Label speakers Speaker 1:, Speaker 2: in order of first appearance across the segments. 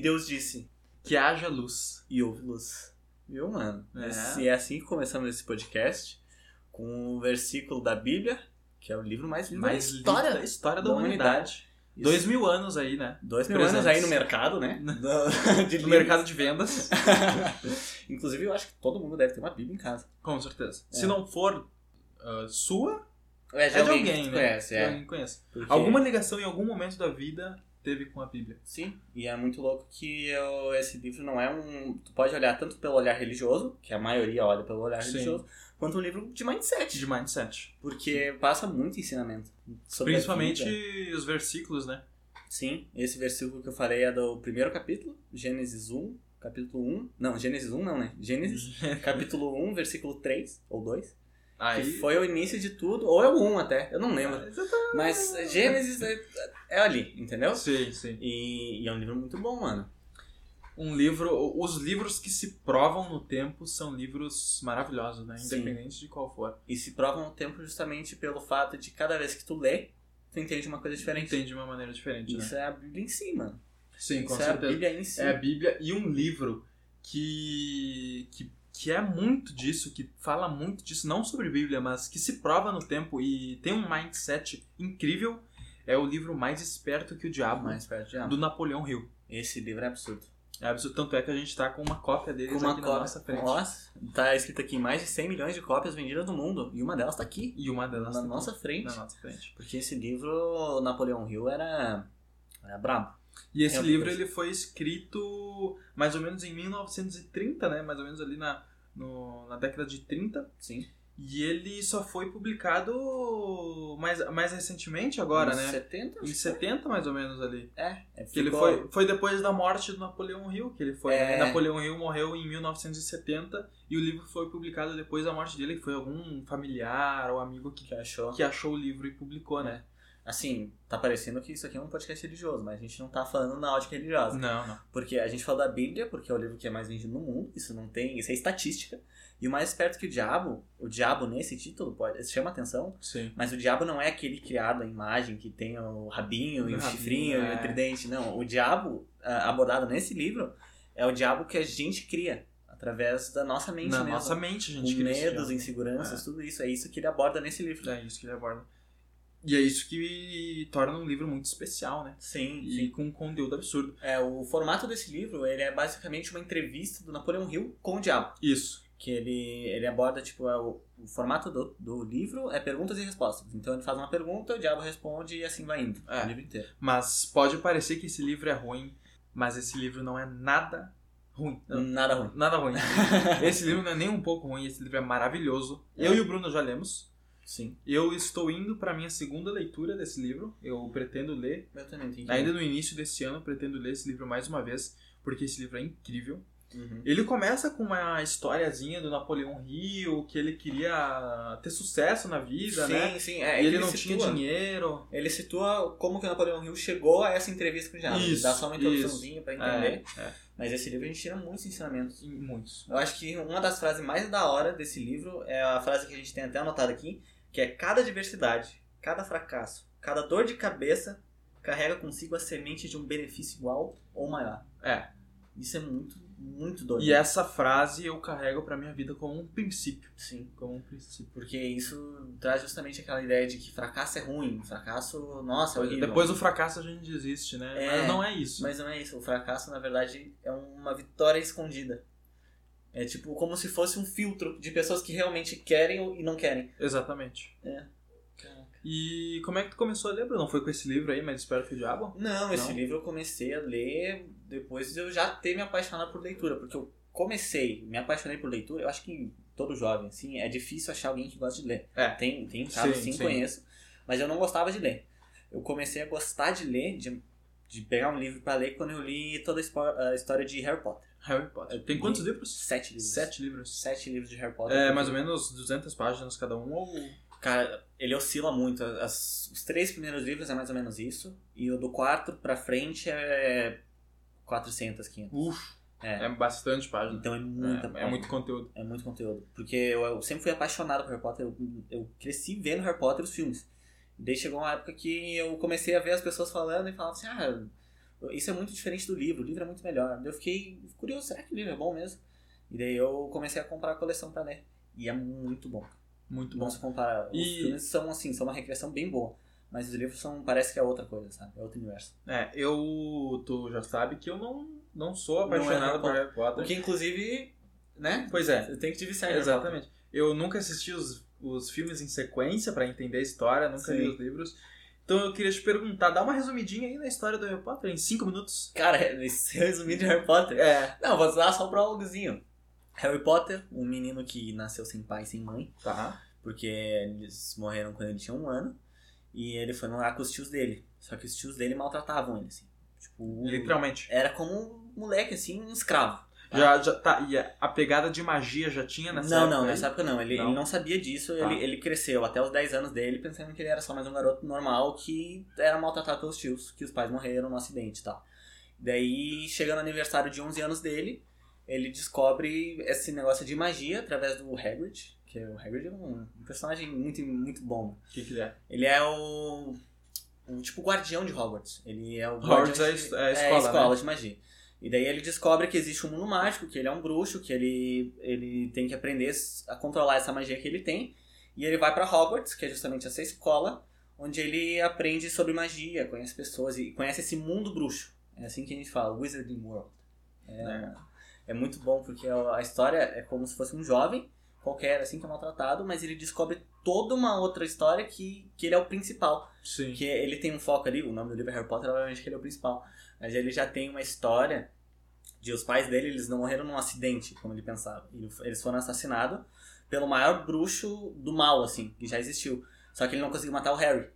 Speaker 1: Deus disse.
Speaker 2: Que haja luz.
Speaker 1: E houve luz. Viu, mano?
Speaker 2: É.
Speaker 1: E é assim que começamos esse podcast com o versículo da Bíblia, que é o livro mais lido
Speaker 2: Mais
Speaker 1: da
Speaker 2: história,
Speaker 1: história.
Speaker 2: da história da,
Speaker 1: da
Speaker 2: humanidade.
Speaker 1: Isso.
Speaker 2: Dois mil anos aí, né?
Speaker 1: Dois mil
Speaker 2: 300.
Speaker 1: anos aí no mercado, né? De
Speaker 2: No
Speaker 1: livros.
Speaker 2: mercado de vendas.
Speaker 1: Inclusive, eu acho que todo mundo deve ter uma Bíblia em casa.
Speaker 2: Com certeza.
Speaker 1: É.
Speaker 2: Se não for ah, sua,
Speaker 1: É
Speaker 2: é de alguém, né?
Speaker 1: conhece,
Speaker 2: De
Speaker 1: é.
Speaker 2: alguém que conhece.
Speaker 1: Porque-
Speaker 2: Alguma ligação em algum momento da vida teve com a Bíblia.
Speaker 1: Sim, e é muito louco que eu- esse livro não é um. Tu pode olhar tanto pelo olhar religioso, que a maioria olha pelo olhar
Speaker 2: Sim.
Speaker 1: religioso, quanto um livro de mindset.
Speaker 2: De mindset.
Speaker 1: Porque passa muito ensinamento. sobre a
Speaker 2: Principalmente
Speaker 1: vida.
Speaker 2: os versículos, né?
Speaker 1: Sim, esse versículo que eu falei é do primeiro capítulo, Gênesis 1, capítulo 1. Não, Gênesis 1 não, né? Gênesis,
Speaker 2: Uhum.
Speaker 1: capítulo 1, versículo 3 ou 2.
Speaker 2: Aí...
Speaker 1: Que foi o início de tudo, ou é o 1 até, eu não lembro.
Speaker 2: Exatamente.
Speaker 1: Mas Gênesis é, é ali, entendeu?
Speaker 2: Sim, sim.
Speaker 1: E, e é um livro muito bom, mano.
Speaker 2: Um livro... Os livros que se provam no tempo são livros maravilhosos, né?
Speaker 1: Sim.
Speaker 2: Independente de qual for.
Speaker 1: E se provam o tempo justamente pelo fato de cada vez que tu lê, tu entende uma coisa diferente.
Speaker 2: Entende de uma maneira diferente, né?
Speaker 1: Isso é a Bíblia em si, mano.
Speaker 2: Sim, com
Speaker 1: Isso é a
Speaker 2: certeza.
Speaker 1: Bíblia em si.
Speaker 2: É a Bíblia e um livro que... que que é muito disso, que fala muito disso, não sobre Bíblia, mas que se prova no tempo e tem um mindset incrível, é o livro Mais Esperto que o Diabo,
Speaker 1: Tá mais perto de
Speaker 2: do Napoleão Hill.
Speaker 1: Esse livro é absurdo.
Speaker 2: É absurdo, tanto é que a gente tá com uma cópia deles aqui na nossa frente.
Speaker 1: Nossa, tá escrito aqui mais de 100 milhões de cópias vendidas no mundo. E uma delas tá aqui,
Speaker 2: E uma delas
Speaker 1: na
Speaker 2: tá aqui
Speaker 1: nossa frente.
Speaker 2: na nossa frente.
Speaker 1: Porque esse livro, Napoleão Hill, era, era brabo.
Speaker 2: E esse
Speaker 1: É uma
Speaker 2: livro
Speaker 1: coisa.
Speaker 2: ele foi escrito mais ou menos em 1930, né? Mais ou menos ali na, no- na década de 30.
Speaker 1: Sim.
Speaker 2: E ele só foi publicado mais, mais recentemente agora,
Speaker 1: Em
Speaker 2: né?
Speaker 1: 70?
Speaker 2: Em 70, mais ou menos ali.
Speaker 1: É,
Speaker 2: Que ele
Speaker 1: ficou-
Speaker 2: foi, foi depois da morte do Napoleão Hill, que ele foi. né?
Speaker 1: É.
Speaker 2: Napoleão Hill morreu em 1970 e o livro foi publicado depois da morte dele, que foi algum familiar ou amigo que
Speaker 1: Que achou.
Speaker 2: que achou o livro e publicou, né?
Speaker 1: Assim, tá parecendo que isso aqui é um podcast religioso, mas a gente não tá falando na ótica religiosa.
Speaker 2: Não, não.
Speaker 1: Porque a gente falou da Bíblia, porque é o livro que é mais vendido no mundo, isso não tem, isso é estatística. E o mais esperto que o diabo, o diabo nesse título pode, chama atenção,
Speaker 2: Sim.
Speaker 1: mas o diabo não é aquele criado à imagem que tem o rabinho e
Speaker 2: O
Speaker 1: o
Speaker 2: rabinho,
Speaker 1: chifrinho e
Speaker 2: é.
Speaker 1: o tridente, não. O diabo ah, abordado nesse livro é o diabo que a gente cria através da nossa mente
Speaker 2: Na
Speaker 1: mesmo.
Speaker 2: nossa mente, a
Speaker 1: Com
Speaker 2: gente cria esse
Speaker 1: medos,
Speaker 2: diálogo.
Speaker 1: inseguranças,
Speaker 2: É.
Speaker 1: tudo isso, é isso que ele aborda nesse livro.
Speaker 2: É isso que ele aborda. E é isso que torna um livro muito especial, né?
Speaker 1: Sim, sim.
Speaker 2: E com um conteúdo absurdo.
Speaker 1: É, o formato desse livro, ele é basicamente uma entrevista do Napoleão Hill com o diabo.
Speaker 2: Isso.
Speaker 1: Que ele, ele aborda, tipo, é o, o formato do, do livro é perguntas e respostas. Então ele faz uma pergunta, o diabo responde e assim vai indo.
Speaker 2: É.
Speaker 1: O livro inteiro.
Speaker 2: Mas pode parecer que esse livro é ruim, mas esse livro não é nada ruim. Não,
Speaker 1: Nada ruim.
Speaker 2: Nada ruim. esse livro não é nem um pouco ruim, esse livro é maravilhoso.
Speaker 1: É.
Speaker 2: Eu e o Bruno já lemos.
Speaker 1: Sim.
Speaker 2: Eu estou indo para minha segunda leitura desse livro. Eu pretendo ler
Speaker 1: Eu também entendi.
Speaker 2: Ainda no início desse ano, eu pretendo ler esse livro mais uma vez, porque esse livro é incrível.
Speaker 1: Uhum.
Speaker 2: Ele começa com uma historiazinha do Napoleão Rio, que ele queria ter sucesso na vida,
Speaker 1: sim,
Speaker 2: né?
Speaker 1: sim.
Speaker 2: E
Speaker 1: É,
Speaker 2: ele,
Speaker 1: que
Speaker 2: não
Speaker 1: situa,
Speaker 2: tinha dinheiro.
Speaker 1: Ele situa como que o Napoleão Hill chegou a essa entrevista com o diabo. Ele
Speaker 2: Isso,
Speaker 1: Dá só uma introduçãozinha pra entender.
Speaker 2: É, é.
Speaker 1: Mas esse livro a gente tira muitos ensinamentos.
Speaker 2: E muitos.
Speaker 1: Eu acho que uma das frases mais da hora desse livro é a frase que a gente tem até anotado aqui, que é cada diversidade, cada fracasso, cada dor de cabeça carrega consigo a semente de um benefício igual ou maior.
Speaker 2: É.
Speaker 1: Isso é muito, muito doido.
Speaker 2: E é essa frase eu carrego pra minha vida como um princípio.
Speaker 1: Sim.
Speaker 2: Como um princípio.
Speaker 1: Porque isso traz justamente aquela ideia de que fracasso é ruim, fracasso, nossa, é horrível.
Speaker 2: Depois do fracasso a gente desiste, né?
Speaker 1: É,
Speaker 2: Mas não é isso.
Speaker 1: Mas não é isso, o fracasso na verdade é uma vitória escondida. É tipo como se fosse um filtro de pessoas que realmente querem e não querem.
Speaker 2: Exatamente.
Speaker 1: É.
Speaker 2: E como é que tu começou a ler, Bruno? Não foi com esse livro aí, mas espero que o diabo?
Speaker 1: Não, esse
Speaker 2: Não?
Speaker 1: livro eu comecei a ler depois de eu já ter me apaixonado por leitura, porque eu comecei, me apaixonei por leitura, eu acho que todo jovem, assim, é difícil achar alguém que gosta de ler.
Speaker 2: É.
Speaker 1: Tem, tem casos,
Speaker 2: Sim,
Speaker 1: sim,
Speaker 2: sim.
Speaker 1: conheço, mas eu não gostava de ler. Eu comecei a gostar de ler, de, de pegar um livro pra ler quando eu li toda a espo- a história de Harry Potter.
Speaker 2: Harry Potter. Tem
Speaker 1: li-
Speaker 2: quantos livros?
Speaker 1: Sete livros.
Speaker 2: Sete livros.
Speaker 1: Sete livros de Harry Potter.
Speaker 2: É, mais ou menos 200 páginas cada um ou...
Speaker 1: Cara, ele oscila muito. As- os três primeiros livros é mais ou menos isso, e o do quarto pra frente é 400, 500.
Speaker 2: Uf,
Speaker 1: É.
Speaker 2: é bastante página.
Speaker 1: Então é muita
Speaker 2: É, é muito conteúdo.
Speaker 1: é muito conteúdo. Porque eu, eu sempre fui apaixonado por Harry Potter. Eu, eu cresci vendo Harry Potter e os filmes. Daí chegou uma época que eu comecei a ver as pessoas falando e falava assim, ah, Isso é muito diferente do livro, o livro é muito melhor. Eu fiquei curioso, será que o livro é bom mesmo? E daí eu comecei a comprar a coleção pra ler. E é muito bom.
Speaker 2: Muito
Speaker 1: Não
Speaker 2: bom.
Speaker 1: se compara. Os
Speaker 2: E-
Speaker 1: filmes são assim, são uma recriação bem boa. Mas os livros são. parece que é outra coisa, sabe? É outro universo.
Speaker 2: É, eu. Tu já sabe que eu não, não sou
Speaker 1: Não é
Speaker 2: apaixonado
Speaker 1: Harry
Speaker 2: por Harry Potter.
Speaker 1: Porque inclusive, né?
Speaker 2: Pois é,
Speaker 1: Você tem que te viciar em Harry Potter.
Speaker 2: exatamente. Eu nunca assisti os, os filmes em sequência pra entender a história, nunca li
Speaker 1: Sim.
Speaker 2: os livros. Então eu queria te perguntar, dá uma resumidinha aí na história do Harry Potter em cinco minutos.
Speaker 1: Cara, isso é resumido de Harry Potter.
Speaker 2: É,
Speaker 1: Não, vou dar só um prólogozinho. Harry Potter, um menino que nasceu sem pai e sem mãe,
Speaker 2: tá.
Speaker 1: porque eles morreram quando ele tinha um ano, e ele foi morar com os tios dele. Só que os tios dele maltratavam ele, assim. Tipo,
Speaker 2: Literalmente.
Speaker 1: era como um moleque, assim, um escravo.
Speaker 2: Já, já, tá, e a a pegada de magia já tinha nessa
Speaker 1: não,
Speaker 2: época
Speaker 1: não,
Speaker 2: aí?
Speaker 1: nessa época não. Ele ele
Speaker 2: Não.
Speaker 1: não, sabia disso,
Speaker 2: Tá.
Speaker 1: ele, ele cresceu até os 10 anos dele, pensando que ele era só mais um garoto normal que era maltratado pelos tios, que os pais morreram no acidente e tal. Daí, chega no aniversário de 11 anos dele, ele descobre esse negócio de magia através do Hagrid, que o Hagrid é um um personagem muito, muito bom.
Speaker 2: O que que ele é?
Speaker 1: Ele é o. um tipo guardião de Hogwarts. Ele é o
Speaker 2: Hogwarts
Speaker 1: guardião
Speaker 2: é
Speaker 1: de-
Speaker 2: es- é a escola, né?
Speaker 1: de magia. E daí ele descobre que existe um mundo mágico, que ele é um bruxo, que ele, ele tem que aprender s- a controlar essa magia que ele tem. E ele vai pra Hogwarts, que é justamente essa escola, onde ele aprende sobre magia, conhece pessoas e conhece esse mundo bruxo. É assim que a gente fala, Wizarding World.
Speaker 2: É.
Speaker 1: É muito bom porque a a história é como se fosse um jovem qualquer, assim, que é maltratado, mas ele descobre toda uma outra história que, que ele é o principal.
Speaker 2: Sim.
Speaker 1: Porque ele tem um foco ali, o nome do livro é Harry Potter, obviamente que ele é o principal. Mas ele já tem uma história de os pais dele, eles não morreram num acidente, como ele pensava. Ele- Eles foram assassinados pelo maior bruxo do mal, assim, que já existiu. Só que ele não conseguiu matar o Harry.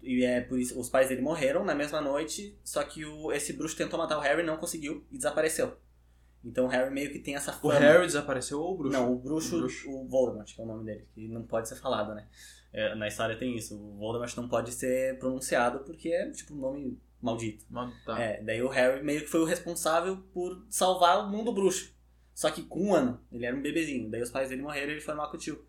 Speaker 1: E é por isso, os pais dele morreram na mesma noite, só que o, esse bruxo tentou matar o Harry, não conseguiu e desapareceu. Então o Harry meio que tem essa
Speaker 2: O
Speaker 1: fama.
Speaker 2: Harry desapareceu ou o bruxo?
Speaker 1: Não, o bruxo,
Speaker 2: O
Speaker 1: o
Speaker 2: bruxo.
Speaker 1: Voldemort, que é o nome dele, que não pode ser falado, né? É, na história tem isso, o Voldemort não pode ser pronunciado porque é tipo um nome maldito.
Speaker 2: Mano, tá.
Speaker 1: É, daí o Harry meio que foi o responsável por salvar o mundo bruxo. Só que com um ano, ele era um bebezinho. Daí os pais dele morreram e ele foi mal com o tio.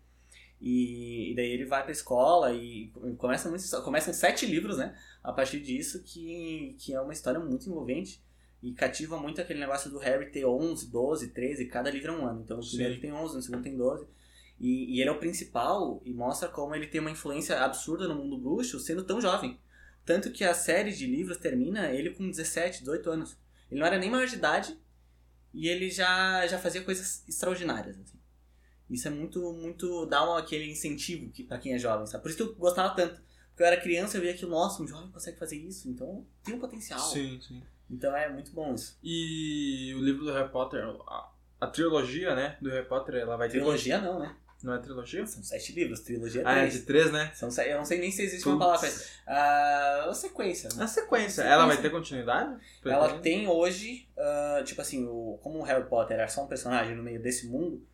Speaker 1: E, e daí ele vai pra escola e começa muito, começam sete livros, né? A partir disso, que, que é uma história muito envolvente. E cativa muito aquele negócio do Harry ter 11, 12, 13, cada livro é um ano. Então no
Speaker 2: Sim.
Speaker 1: primeiro ele tem 11, no segundo tem 12. E, e ele é o principal e mostra como ele tem uma influência absurda no mundo bruxo sendo tão jovem. Tanto que a série de livros termina ele com 17, 18 anos. Ele não era nem maior de idade e ele já, já fazia coisas extraordinárias. assim. Isso é muito, muito. dá um, aquele incentivo que, pra quem é jovem, sabe? Por isso que eu gostava tanto. Porque eu era criança eu via que, nossa, um jovem consegue fazer isso, então tem um potencial.
Speaker 2: Sim, sim.
Speaker 1: Então é muito bom isso.
Speaker 2: E o livro do Harry Potter, a, a trilogia, né, do Harry Potter, ela vai ter...
Speaker 1: Trilogia não, né?
Speaker 2: Não é trilogia?
Speaker 1: São sete livros, trilogia é
Speaker 2: tipo Ah, é
Speaker 1: três.
Speaker 2: de três, né?
Speaker 1: São se- Eu não sei nem se existe uma palavra pra isso. Ah, sequência. né?
Speaker 2: Na sequência, ela vai ter continuidade? Uhum.
Speaker 1: Ela tem hoje, ah, tipo assim, o, como o Harry Potter era só um personagem no meio desse mundo,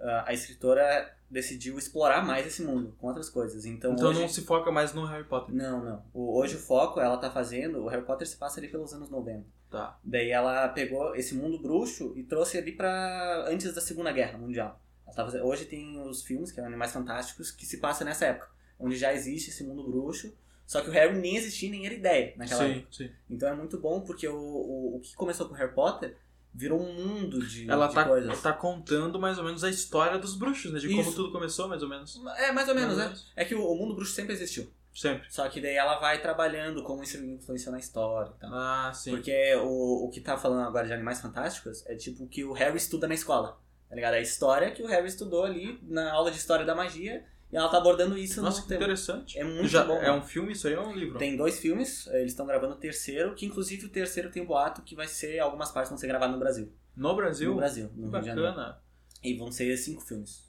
Speaker 1: ah, a escritora decidiu explorar mais esse mundo com outras coisas. Então,
Speaker 2: Então
Speaker 1: hoje-
Speaker 2: não se foca mais no Harry Potter.
Speaker 1: Não, não. O- hoje o foco ela tá fazendo, o Harry Potter se passa ali pelos anos 90.
Speaker 2: Tá.
Speaker 1: Daí ela pegou esse mundo bruxo e trouxe ali pra antes da Segunda Guerra Mundial. Ela tá fazendo- hoje tem os filmes, que é Animais Fantásticos, que se passa nessa época, onde já existe esse mundo bruxo, só que o Harry nem existia, nem era ideia naquela época.
Speaker 2: Sim, sim.
Speaker 1: Então é muito bom porque o, o, o que começou com Harry Potter virou um mundo de,
Speaker 2: Ela
Speaker 1: de
Speaker 2: tá,
Speaker 1: coisas.
Speaker 2: tá contando mais ou menos a história dos bruxos, né? De como
Speaker 1: Isso.
Speaker 2: tudo começou, mais ou menos.
Speaker 1: É, mais ou menos,
Speaker 2: Mais
Speaker 1: né? É que o, o mundo bruxo sempre existiu.
Speaker 2: Sempre.
Speaker 1: Só que daí ela vai trabalhando como isso influenciou na história e tal.
Speaker 2: Ah, sim.
Speaker 1: Porque o, o que tá falando agora de Animais Fantásticos é tipo o que o Harry estuda na escola. Tá ligado? É a história que o Harry estudou ali na aula de História da Magia e ela tá abordando isso
Speaker 2: Nossa,
Speaker 1: no
Speaker 2: que
Speaker 1: tema.
Speaker 2: interessante.
Speaker 1: É muito
Speaker 2: Já-
Speaker 1: bom.
Speaker 2: É um filme isso aí ou é um livro?
Speaker 1: Tem dois filmes, eh, eles estão gravando o terceiro, que inclusive o terceiro tem um boato que vai ser, algumas partes vão ser gravadas no Brasil.
Speaker 2: No Brasil?
Speaker 1: No Brasil, no
Speaker 2: Que
Speaker 1: Rio de Janeiro.
Speaker 2: bacana.
Speaker 1: E vão ser cinco filmes.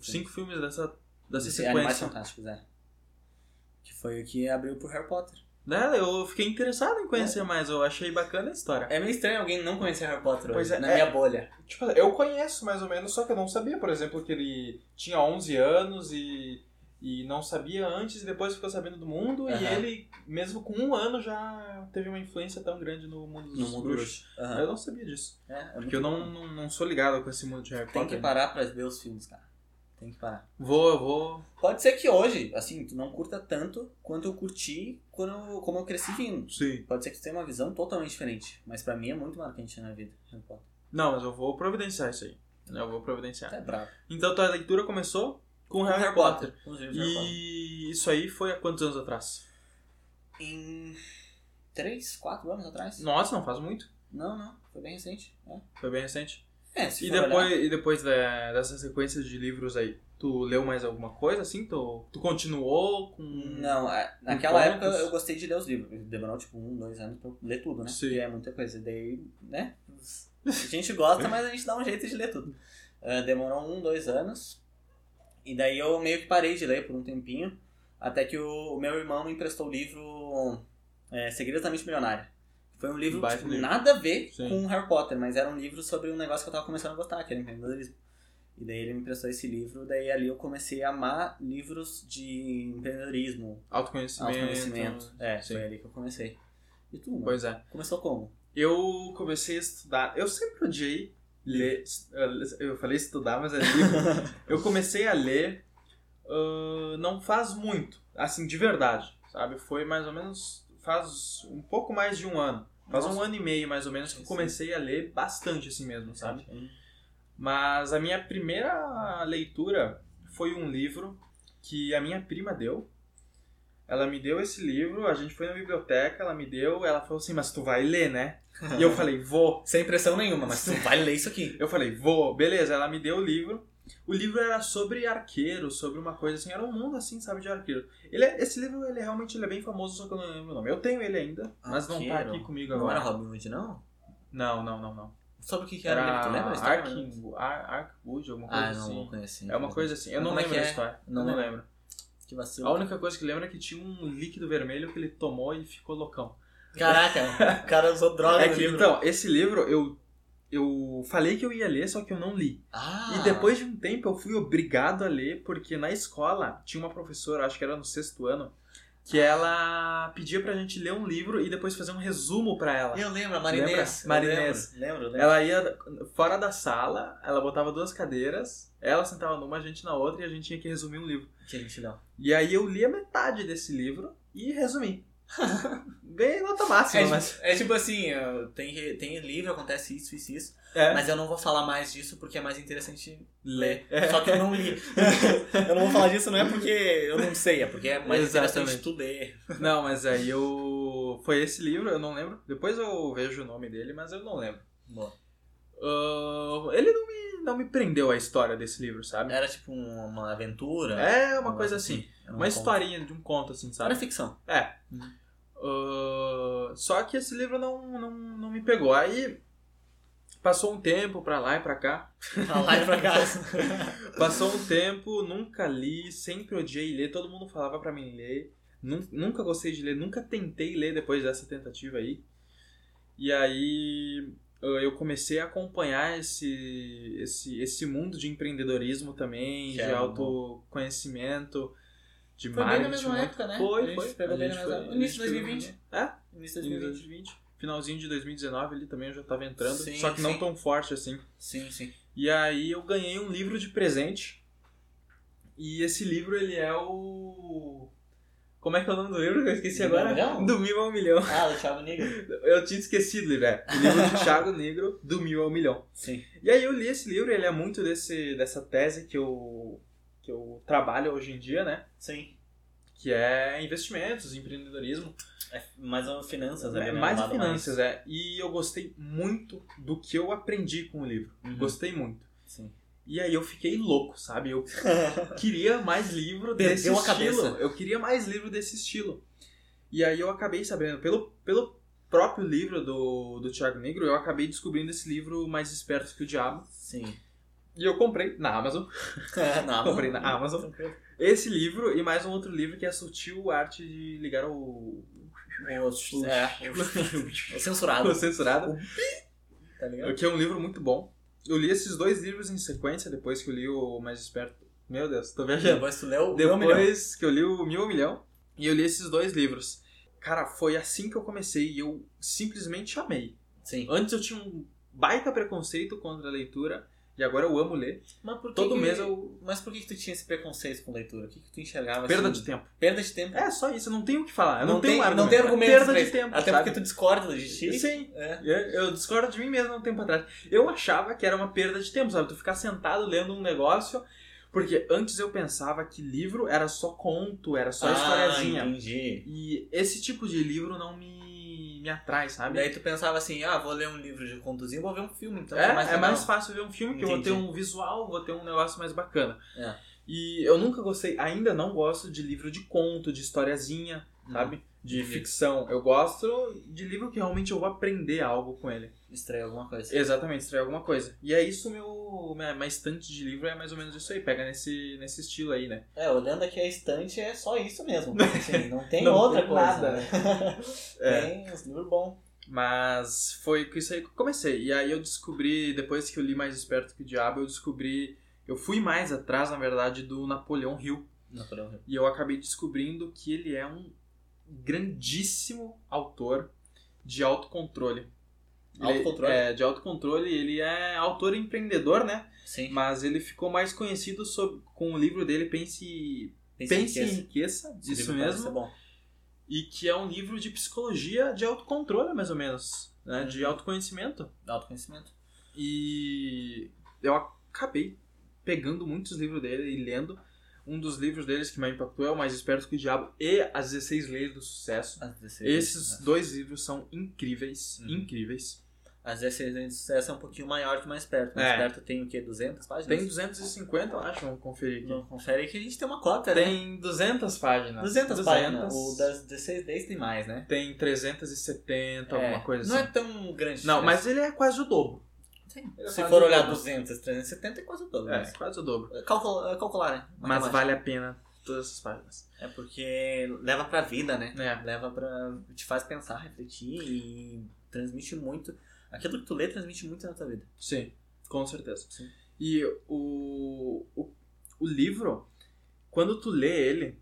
Speaker 2: Cinco filmes dessa, dessa
Speaker 1: Esse- Animais
Speaker 2: sequência.
Speaker 1: Fantásticos, é. Que foi o que abriu pro Harry Potter.
Speaker 2: Né? Eu fiquei interessado em conhecer mais, eu achei bacana a história.
Speaker 1: É meio estranho alguém não conhecer Harry Potter
Speaker 2: Pois
Speaker 1: hoje,
Speaker 2: é,
Speaker 1: na
Speaker 2: é.
Speaker 1: minha bolha.
Speaker 2: Tipo, eu conheço mais ou menos, só que eu não sabia, por exemplo, que ele tinha 11 anos e, e não sabia antes e depois ficou sabendo do mundo. E
Speaker 1: Aham.
Speaker 2: ele, mesmo com um ano, já teve uma influência tão grande no mundo dos
Speaker 1: No mundo
Speaker 2: bruxos.
Speaker 1: bruxo. Aham.
Speaker 2: Eu não sabia disso.
Speaker 1: É, é
Speaker 2: Porque eu
Speaker 1: muito
Speaker 2: não,
Speaker 1: bom.
Speaker 2: não, não sou ligado com esse mundo de Harry
Speaker 1: Tem que
Speaker 2: Potter.
Speaker 1: parar pra ver os filmes, cara. Tem que parar.
Speaker 2: Vou, eu vou.
Speaker 1: Pode ser que hoje, assim, tu não curta tanto quanto eu curti quando eu- como eu cresci vindo.
Speaker 2: Sim.
Speaker 1: Pode ser que tu tenha uma visão totalmente diferente. Mas pra mim é muito marcante na minha vida. Harry Potter.
Speaker 2: Não, mas eu vou providenciar isso aí. né, Eu vou providenciar.
Speaker 1: Até bravo.
Speaker 2: Então tua leitura começou com Harry, Potter.
Speaker 1: Tá. Com os livros de Harry Potter.
Speaker 2: E isso aí foi há quantos anos atrás?
Speaker 1: Em. 3, 4 anos atrás?
Speaker 2: Nossa, não faz muito.
Speaker 1: Não, não. Foi bem recente. É,
Speaker 2: Foi bem recente.
Speaker 1: é se
Speaker 2: E
Speaker 1: for
Speaker 2: depois,
Speaker 1: olhar-
Speaker 2: e depois da- dessa sequência de livros aí, tu leu mais alguma coisa assim? Tu, tu continuou com.
Speaker 1: Não, é, naquela época
Speaker 2: poucos.
Speaker 1: eu gostei de ler os livros. Demorou tipo um, dois anos pra eu ler tudo, né?
Speaker 2: Sim.
Speaker 1: Porque é muita coisa. Daí, né? A gente gosta, mas a gente dá um jeito de ler tudo. Ah, demorou um, dois anos. E daí eu meio que parei de ler por um tempinho. Até que o, o meu irmão me emprestou o livro é, Segredamente Milionário. Foi um livro,
Speaker 2: Baita
Speaker 1: tipo,
Speaker 2: livro.
Speaker 1: nada a ver
Speaker 2: Sim.
Speaker 1: com Harry Potter, mas era um livro sobre um negócio que eu tava começando a gostar, que era empreendedorismo. E daí ele me emprestou esse livro, daí ali eu comecei a amar livros de empreendedorismo,
Speaker 2: Autoconhecimento.
Speaker 1: autoconhecimento. É,
Speaker 2: então, Sim.
Speaker 1: foi ali que eu comecei. E tu, mano?
Speaker 2: Pois é.
Speaker 1: Começou como?
Speaker 2: Eu comecei a estudar. Eu sempre odiei ler. est- eh, Eu falei estudar, mas é livro. eu comecei a ler ah, não faz muito, assim, de verdade, sabe? Foi mais ou menos. Faz um pouco mais de um ano. Faz um
Speaker 1: Nossa.
Speaker 2: ano e meio, mais ou menos, que eu
Speaker 1: Sim.
Speaker 2: comecei a ler bastante assim mesmo, sabe?
Speaker 1: Hum.
Speaker 2: Mas a minha primeira leitura foi um livro que a minha prima deu. Ela me deu esse livro, a gente foi na biblioteca, ela me deu, ela falou assim, mas tu vai ler, né? E eu falei, vou.
Speaker 1: Sem pressão nenhuma, mas tu vai ler isso aqui.
Speaker 2: Eu falei, vou, beleza, ela me deu o livro. O livro era sobre arqueiro, sobre uma coisa assim, era um mundo assim, sabe, de arqueiro. Ele é- esse livro, ele é realmente ele é bem famoso, só que eu não lembro o nome. Eu tenho ele ainda, mas não tá
Speaker 1: Arqueiro?
Speaker 2: aqui comigo
Speaker 1: Não era
Speaker 2: agora.
Speaker 1: Robin Hood, não?
Speaker 2: Não, não, não, não.
Speaker 1: Sobre o que, que era,
Speaker 2: Era
Speaker 1: o livro? Tu lembra a história?
Speaker 2: Arkin- Ar- Arkwood, alguma coisa
Speaker 1: Ah, não,
Speaker 2: assim.
Speaker 1: não conheci.
Speaker 2: É uma coisa assim, eu
Speaker 1: Mas
Speaker 2: não
Speaker 1: como é
Speaker 2: lembro
Speaker 1: que
Speaker 2: da
Speaker 1: é?
Speaker 2: história.
Speaker 1: Não
Speaker 2: eu não
Speaker 1: lembro.
Speaker 2: lembro.
Speaker 1: Que vacilo.
Speaker 2: A única coisa que lembro é que tinha um líquido vermelho que ele tomou e ficou loucão.
Speaker 1: Caraca, o cara usou droga
Speaker 2: É
Speaker 1: no
Speaker 2: que,
Speaker 1: livro.
Speaker 2: então, esse livro eu, eu falei que eu ia ler, só que eu não li.
Speaker 1: Ah,
Speaker 2: E depois de um tempo eu fui obrigado a ler, porque na escola tinha uma professora, acho que era no sexto ano, que ela pedia pra gente ler um livro e depois fazer um resumo pra ela.
Speaker 1: Eu lembro, a Marinês.
Speaker 2: Lembra? Marinês.
Speaker 1: Eu Lembro, lembro. lembro.
Speaker 2: Ela ia fora da sala, ela botava duas cadeiras, ela sentava numa, a gente na outra e a gente tinha que resumir um livro.
Speaker 1: Que gentilhão.
Speaker 2: E aí eu li a metade desse livro e resumi. Ganhei nota máxima,
Speaker 1: É,
Speaker 2: mas.
Speaker 1: tipo- é tipo assim, eu- tem, tem livro, acontece isso, isso, isso.
Speaker 2: É.
Speaker 1: Mas eu não vou falar mais disso porque é mais interessante ler.
Speaker 2: É.
Speaker 1: Só que eu não li. eu não vou falar disso não é porque eu não sei, é porque é mais
Speaker 2: Exatamente.
Speaker 1: interessante tu ler.
Speaker 2: Não, mas aí eu. Foi esse livro, eu não lembro. Depois eu vejo o nome dele, mas eu não lembro.
Speaker 1: Boa.
Speaker 2: Ah, ele não me, não me prendeu a história desse livro, sabe?
Speaker 1: Era tipo um- uma aventura.
Speaker 2: É
Speaker 1: um
Speaker 2: uma coisa
Speaker 1: negócio
Speaker 2: assim.
Speaker 1: Era um
Speaker 2: Uma
Speaker 1: conto.
Speaker 2: historinha de um conto, assim,
Speaker 1: Era
Speaker 2: sabe?
Speaker 1: ficção.
Speaker 2: Ah, só que esse livro não, não, não me pegou. Aí passou um tempo pra lá e pra cá.
Speaker 1: Pra lá e pra cá.
Speaker 2: Passou um tempo, nunca li, sempre odiei ler, todo mundo falava pra mim ler. nun- Nunca gostei de ler, nunca tentei ler depois dessa tentativa aí. E aí eu eu comecei a acompanhar esse, esse, esse mundo de empreendedorismo também,
Speaker 1: Que é
Speaker 2: de
Speaker 1: era
Speaker 2: autoconhecimento, de
Speaker 1: Foi bem na
Speaker 2: marketing.
Speaker 1: mesma
Speaker 2: muito-
Speaker 1: época, né?
Speaker 2: Foi,
Speaker 1: A gente
Speaker 2: foi.
Speaker 1: pegou
Speaker 2: A
Speaker 1: bem
Speaker 2: gente
Speaker 1: na mesma-
Speaker 2: foi- a
Speaker 1: início
Speaker 2: gente
Speaker 1: de
Speaker 2: pegou-
Speaker 1: 2020.
Speaker 2: É,
Speaker 1: Início de
Speaker 2: início de
Speaker 1: 2020.
Speaker 2: 2020. Finalzinho de 2019 ali também eu já tava entrando,
Speaker 1: Sim,
Speaker 2: só que não
Speaker 1: sim.
Speaker 2: tão forte assim.
Speaker 1: Sim, sim.
Speaker 2: E aí eu ganhei um livro de presente. E esse livro, ele é o... Como é que é o nome do livro que eu esqueci
Speaker 1: Do Mil
Speaker 2: agora?
Speaker 1: ao Milhão?
Speaker 2: Do Mil ao Milhão.
Speaker 1: Ah, do Thiago Negro.
Speaker 2: Eu tinha esquecido, o livro, é. O livro de Thiago Negro, Do Mil ao Milhão.
Speaker 1: Sim.
Speaker 2: E aí eu li esse livro, ele é muito desse, dessa tese que eu, que eu trabalho hoje em dia, né?
Speaker 1: Sim.
Speaker 2: Que é investimentos, empreendedorismo.
Speaker 1: É mais uma finanças, né?
Speaker 2: É
Speaker 1: Meu
Speaker 2: mais
Speaker 1: lado
Speaker 2: finanças, é. E eu gostei muito do que eu aprendi com o livro.
Speaker 1: Uhum.
Speaker 2: Gostei muito.
Speaker 1: Sim.
Speaker 2: E aí eu fiquei louco, sabe? Eu queria mais livro
Speaker 1: Perdeu
Speaker 2: desse
Speaker 1: a
Speaker 2: estilo.
Speaker 1: cabeça.
Speaker 2: Eu queria mais livro desse estilo. E aí eu acabei sabendo, pelo, pelo próprio livro do, do Thiago Negro, eu acabei descobrindo esse livro Mais Esperto que o Diabo.
Speaker 1: Sim.
Speaker 2: E eu comprei na Amazon.
Speaker 1: na
Speaker 2: Comprei na Amazon.
Speaker 1: Tranquilo.
Speaker 2: Esse livro e mais um outro livro que é a Sutil Arte de Ligar o.
Speaker 1: Eu- é, eu- é censurado.
Speaker 2: o censurado.
Speaker 1: Tá ligado?
Speaker 2: Que é um livro muito bom. Eu li esses dois livros em sequência depois que eu li o Mais Esperto. Meu Deus, tô viajando.
Speaker 1: Depois tu leu
Speaker 2: um
Speaker 1: Meu um Milhão.
Speaker 2: Depois que eu li o Mil ao Milhão, e eu li esses dois livros. Cara, foi assim que eu comecei e eu simplesmente amei.
Speaker 1: Sim.
Speaker 2: Antes eu tinha um baita preconceito contra a leitura, E agora eu amo ler.
Speaker 1: Mas por que
Speaker 2: Todo
Speaker 1: que-
Speaker 2: mês eu.
Speaker 1: Mas por que, que tu tinha esse preconceito com leitura? O que, que tu enxergava?
Speaker 2: Perda
Speaker 1: assim?
Speaker 2: de tempo.
Speaker 1: Perda de tempo.
Speaker 2: É só isso, eu não tenho o que falar. Eu não,
Speaker 1: não,
Speaker 2: tenho
Speaker 1: tem,
Speaker 2: argumento.
Speaker 1: não tem argumento. pra
Speaker 2: Perda de
Speaker 1: isso.
Speaker 2: tempo.
Speaker 1: Até
Speaker 2: sabe?
Speaker 1: porque tu discorda de ti.
Speaker 2: Sim.
Speaker 1: É.
Speaker 2: Eu, eu discordo de mim mesmo há um tempo atrás. Eu achava que era uma perda de tempo, sabe? Tu ficar sentado lendo um negócio. Porque antes eu pensava que livro era só conto, era só historiazinha.
Speaker 1: Ah, entendi.
Speaker 2: E esse tipo de livro não me, me atrai, sabe?
Speaker 1: Daí tu pensava assim, ah, vou ler um livro de contos e vou ver um filme, então
Speaker 2: é,
Speaker 1: é mais
Speaker 2: é
Speaker 1: legal.
Speaker 2: mais fácil ver um filme, que eu vou ter
Speaker 1: Entendi.
Speaker 2: um visual, vou ter um negócio mais bacana.
Speaker 1: É.
Speaker 2: E eu nunca gostei, ainda não gosto de livro de conto, de historiazinha,
Speaker 1: Hum,
Speaker 2: sabe? De
Speaker 1: entendi.
Speaker 2: ficção. Eu gosto de livro que realmente eu vou aprender algo com ele.
Speaker 1: Estreia alguma coisa.
Speaker 2: Exatamente, extrair alguma coisa. E é isso, meu. Minha, minha estante de livro é mais ou menos isso aí, pega nesse, nesse estilo aí, né?
Speaker 1: É, olhando aqui a estante, é só isso mesmo. Assim, não tem
Speaker 2: Não
Speaker 1: outra
Speaker 2: tem
Speaker 1: coisa.
Speaker 2: nada,
Speaker 1: né?
Speaker 2: É.
Speaker 1: Tem uns livros bons.
Speaker 2: Mas foi com isso aí que eu comecei. E aí eu descobri, depois que eu li Mais Esperto que o Diabo, eu descobri. Eu fui mais atrás, na verdade, do Napoleão Hill.
Speaker 1: Napoleão Hill.
Speaker 2: E eu acabei descobrindo que ele é um grandíssimo autor de autocontrole. Ele-
Speaker 1: Autocontrole?
Speaker 2: É, de autocontrole. Ele é autor e empreendedor, né?
Speaker 1: Sim.
Speaker 2: Mas ele ficou mais conhecido sob- com o livro dele Pense Pense em
Speaker 1: Esse
Speaker 2: Riqueza, isso
Speaker 1: é assim. livro parece ser
Speaker 2: mesmo.
Speaker 1: bom.
Speaker 2: E que é um livro de psicologia de autocontrole, mais ou menos. Né? De
Speaker 1: Uhum.
Speaker 2: autoconhecimento.
Speaker 1: Autoconhecimento.
Speaker 2: E eu acabei pegando muitos livros dele e lendo. Um dos livros deles que mais impactou é O Mais Esperto que o Diabo e As 16 Leis do Sucesso.
Speaker 1: As 16
Speaker 2: Esses
Speaker 1: né?
Speaker 2: dois livros são incríveis,
Speaker 1: Uhum.
Speaker 2: incríveis.
Speaker 1: As 16 leis de sucesso é um pouquinho maior que o mais perto. O mais
Speaker 2: É.
Speaker 1: perto tem o quê? 200 páginas?
Speaker 2: Tem 250, eu acho, vamos conferir aqui.
Speaker 1: Não, confere aí que a gente tem uma cota, né?
Speaker 2: Tem né? 200 páginas.
Speaker 1: 200, páginas. O das 16 leis tem mais, né?
Speaker 2: Tem 370, alguma
Speaker 1: É,
Speaker 2: coisa assim.
Speaker 1: Não é tão grande.
Speaker 2: Não,
Speaker 1: diferença.
Speaker 2: mas ele é quase o dobro.
Speaker 1: Sim.
Speaker 2: Ele é
Speaker 1: Se
Speaker 2: quase
Speaker 1: for
Speaker 2: o
Speaker 1: olhar
Speaker 2: dobro.
Speaker 1: 200, 370 é quase o dobro.
Speaker 2: É,
Speaker 1: mas-
Speaker 2: quase o dobro.
Speaker 1: Calcula, calcular, né?
Speaker 2: Mas
Speaker 1: Matemática.
Speaker 2: vale a pena todas essas páginas.
Speaker 1: É porque leva pra vida, né?
Speaker 2: É.
Speaker 1: Leva pra. te faz pensar, refletir e transmite muito. Aquilo que tu lê transmite muito na tua vida.
Speaker 2: Sim, com certeza.
Speaker 1: Sim.
Speaker 2: E o, o, o livro, quando tu lê ele,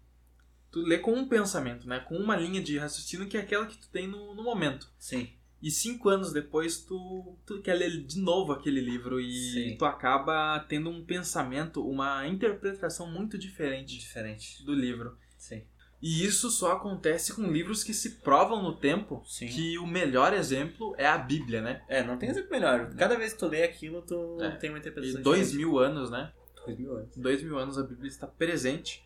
Speaker 2: tu lê com um pensamento, né? Com uma linha de raciocínio que é aquela que tu tem no, no momento.
Speaker 1: Sim.
Speaker 2: E cinco anos depois tu, tu quer ler de novo aquele livro e
Speaker 1: Sim.
Speaker 2: tu acaba tendo um pensamento, uma interpretação muito diferente
Speaker 1: Diferente.
Speaker 2: do livro.
Speaker 1: Sim.
Speaker 2: E isso só acontece com livros que se provam no tempo
Speaker 1: Sim.
Speaker 2: que o melhor exemplo é a Bíblia, né?
Speaker 1: É, não tem exemplo melhor. Cada vez que tu lê aquilo, tu
Speaker 2: É.
Speaker 1: tem uma
Speaker 2: E
Speaker 1: interpretação.
Speaker 2: dois
Speaker 1: diferente.
Speaker 2: mil anos, né?
Speaker 1: Dois mil anos.
Speaker 2: Dois mil anos a Bíblia está presente,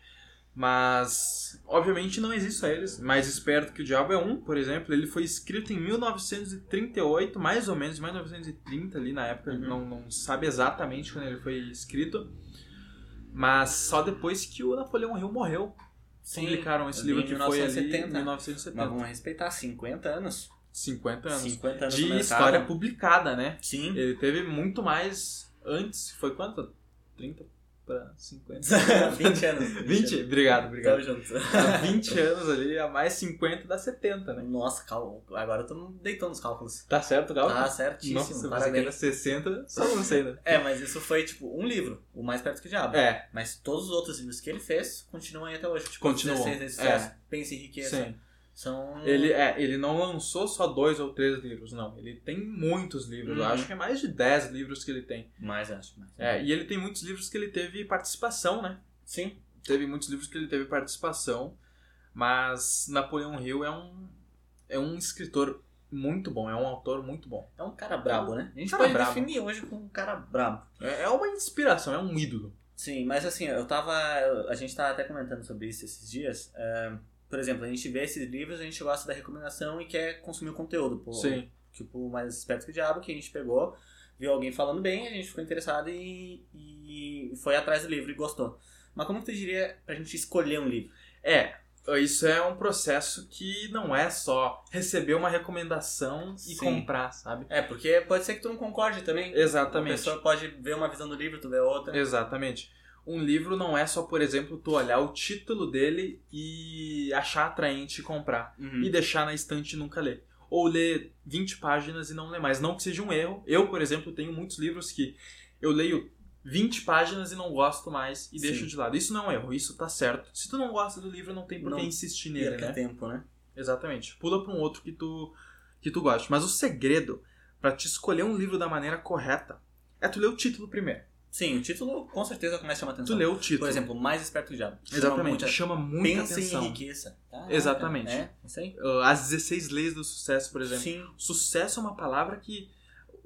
Speaker 2: mas obviamente não existe só eles. Mais esperto que o diabo é um, por exemplo, ele foi escrito em 1938, mais ou menos, em 1930 ali na época,
Speaker 1: Uhum.
Speaker 2: não, não se sabe exatamente quando ele foi escrito. Mas só depois que o Napoleão Hill morreu, publicaram esse
Speaker 1: ali
Speaker 2: livro que
Speaker 1: em
Speaker 2: foi ali
Speaker 1: 1970.
Speaker 2: em
Speaker 1: Mas
Speaker 2: 1970.
Speaker 1: vamos respeitar 50 anos.
Speaker 2: 50 anos.
Speaker 1: 50 anos no
Speaker 2: de
Speaker 1: mercado.
Speaker 2: história publicada, né?
Speaker 1: Sim.
Speaker 2: Ele teve muito mais antes, foi quanto? 30 para 50?
Speaker 1: 20 anos.
Speaker 2: 20? Obrigado,
Speaker 1: Tamo
Speaker 2: obrigado.
Speaker 1: junto.
Speaker 2: Há 20 anos ali, a mais 50 dá 70, né?
Speaker 1: Nossa, calma. Agora eu tô deitando os cálculos.
Speaker 2: Tá certo, Gal?
Speaker 1: Tá certíssimo,
Speaker 2: Nossa, é você
Speaker 1: parabéns.
Speaker 2: quer 60, só não sei, né?
Speaker 1: É, mas isso foi tipo um livro, o mais perto que o diabo.
Speaker 2: É,
Speaker 1: Mas todos os outros livros que ele fez continuam aí até hoje. Tipo,
Speaker 2: Continuam, É.
Speaker 1: 16 de sucesso, Pense em Riqueza.
Speaker 2: sim.
Speaker 1: São.
Speaker 2: Ele, é, ele não lançou só dois ou três livros, não. Ele tem muitos livros, eu
Speaker 1: Uhum.
Speaker 2: acho que é mais de 10 livros que ele tem.
Speaker 1: Mais, acho. Mais.
Speaker 2: É, e ele tem muitos livros que ele teve participação, né?
Speaker 1: Sim.
Speaker 2: teve muitos livros que ele teve participação, mas Napoleão Hill é um é um escritor muito bom, é um autor muito bom.
Speaker 1: É um cara brabo, né? A gente
Speaker 2: Cara
Speaker 1: pode
Speaker 2: brabo.
Speaker 1: definir hoje como um cara brabo.
Speaker 2: É é uma inspiração, é um ídolo.
Speaker 1: Sim, mas assim, eu tava. A gente tava até comentando sobre isso esses dias. É, por exemplo, a gente vê esses livros, a gente gosta da recomendação e quer consumir o conteúdo. Pô,
Speaker 2: Sim,
Speaker 1: tipo, mais esperto que o diabo, que a gente pegou, viu alguém falando bem, a gente ficou interessado e, e foi atrás do livro e gostou. Mas como que tu diria pra gente escolher um livro?
Speaker 2: é. Isso é um processo que não é só receber uma recomendação e
Speaker 1: Sim.
Speaker 2: comprar, sabe?
Speaker 1: É, porque pode ser que tu não concorde também. A
Speaker 2: Exatamente.
Speaker 1: pessoa pode ver uma visão do livro, tu vê outra.
Speaker 2: Exatamente. Um livro não é só, por exemplo, tu olhar o título dele e achar atraente e comprar.
Speaker 1: Uhum.
Speaker 2: e deixar na estante e nunca ler. Ou ler 20 páginas e não ler mais. Não que seja um erro. Eu, por exemplo, tenho muitos livros que eu leio 20 páginas e não gosto mais
Speaker 1: Sim.
Speaker 2: e deixo de lado. Isso não é um erro, isso tá certo. Se tu não gosta do livro, não tem por que
Speaker 1: Não
Speaker 2: insistir nele,
Speaker 1: Perca
Speaker 2: né?
Speaker 1: tempo, né?
Speaker 2: Exatamente. Pula pra um outro que tu, que tu goste. Mas o segredo pra te escolher um livro da maneira correta É tu lê o título primeiro.
Speaker 1: Sim, o título com certeza começa a chamar
Speaker 2: Tu
Speaker 1: atenção.
Speaker 2: lê o título.
Speaker 1: Por exemplo, Mais Esperto do Diabo. Chama
Speaker 2: Exatamente.
Speaker 1: muita-
Speaker 2: Chama muita
Speaker 1: Pensa
Speaker 2: atenção.
Speaker 1: em riqueza.
Speaker 2: Exatamente.
Speaker 1: É, isso aí.
Speaker 2: Uh, As 16 leis do sucesso, por exemplo.
Speaker 1: Sim.
Speaker 2: Sucesso é uma palavra que,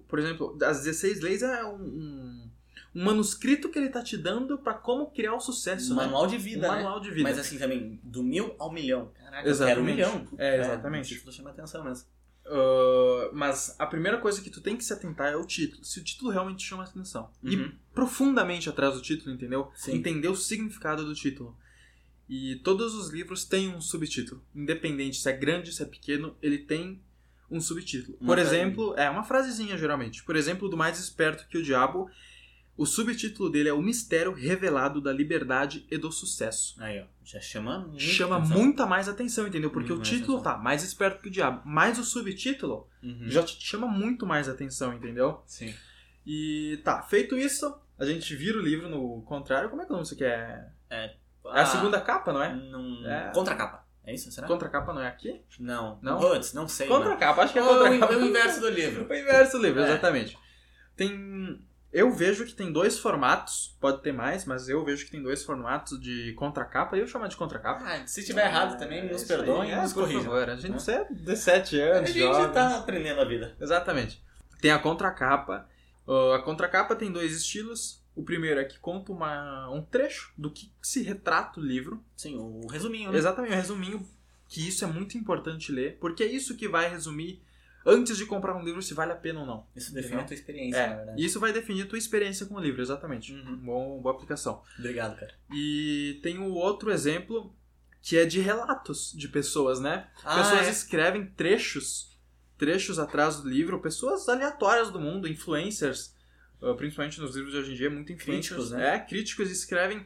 Speaker 2: por exemplo, as 16 leis é um, um- um manuscrito que ele tá te dando pra como criar o sucesso, né?
Speaker 1: manual de vida,
Speaker 2: um
Speaker 1: né?
Speaker 2: manual de vida.
Speaker 1: Mas assim também, do mil ao milhão. Caraca,
Speaker 2: Exatamente.
Speaker 1: eu quero um milhão. tipo,
Speaker 2: É,
Speaker 1: o
Speaker 2: exatamente.
Speaker 1: título chama atenção mesmo.
Speaker 2: Uh, mas a primeira coisa que tu tem que se atentar é o título. Se o título realmente chama atenção. E
Speaker 1: Uhum.
Speaker 2: profundamente atrás do título, entendeu?
Speaker 1: Sim.
Speaker 2: entender o significado do título. E todos os livros têm um subtítulo. Independente se é grande, se é pequeno, ele tem um subtítulo.
Speaker 1: Uma
Speaker 2: Por
Speaker 1: frase.
Speaker 2: exemplo, é uma frasezinha geralmente. Por exemplo, do mais esperto que o diabo, o subtítulo dele é O Mistério Revelado da Liberdade e do Sucesso.
Speaker 1: Aí, ó. Já chama muito.
Speaker 2: Chama
Speaker 1: atenção.
Speaker 2: muita mais atenção, entendeu? Porque
Speaker 1: Mais
Speaker 2: o título
Speaker 1: atenção.
Speaker 2: tá mais esperto que o diabo, mas o subtítulo
Speaker 1: Uhum.
Speaker 2: já te chama muito mais atenção, entendeu?
Speaker 1: Sim.
Speaker 2: E tá, feito isso, a gente vira o livro no contrário. Como é que é o nome isso aqui é? É a
Speaker 1: Ah,
Speaker 2: segunda capa, não é?
Speaker 1: Num...
Speaker 2: É.
Speaker 1: Contracapa. É isso? Será?
Speaker 2: Contra capa não é aqui?
Speaker 1: Não.
Speaker 2: Não?
Speaker 1: Puts, não sei.
Speaker 2: Contra
Speaker 1: mano.
Speaker 2: capa, acho que é
Speaker 1: Ou
Speaker 2: contra
Speaker 1: né? o,
Speaker 2: capa.
Speaker 1: é o inverso do livro.
Speaker 2: O inverso do livro,
Speaker 1: É.
Speaker 2: exatamente. Tem. Eu vejo que tem dois formatos, pode ter mais, mas eu vejo que tem dois formatos de contracapa e eu chamo de contracapa. É
Speaker 1: Ah, se tiver errado também, nos perdoem e nos
Speaker 2: corrijam.
Speaker 1: corrijam.
Speaker 2: A gente
Speaker 1: né?
Speaker 2: é 17
Speaker 1: A
Speaker 2: anos,
Speaker 1: gente
Speaker 2: jovens.
Speaker 1: tá aprendendo a vida.
Speaker 2: Exatamente. Tem a contracapa. Ah, a contracapa tem dois estilos. O primeiro é que conta uma- um trecho do que se retrata o livro.
Speaker 1: Sim, o resuminho, né?
Speaker 2: Exatamente, um resuminho que isso é muito importante ler, porque é isso que vai resumir antes de comprar um livro se vale a pena ou não.
Speaker 1: Isso define a tua experiência, né?
Speaker 2: É.
Speaker 1: na verdade.
Speaker 2: E isso vai definir a tua experiência com o livro, exatamente. Um
Speaker 1: Uhum.
Speaker 2: Bom, boa aplicação.
Speaker 1: Obrigado, cara.
Speaker 2: E tem o outro exemplo que é de relatos de pessoas, né? pessoas
Speaker 1: é.
Speaker 2: escrevem trechos, trechos atrás do livro, pessoas aleatórias do mundo, influencers, uh, principalmente nos livros de hoje em dia, muito influencers,
Speaker 1: Críticos, né?
Speaker 2: É, críticos escrevem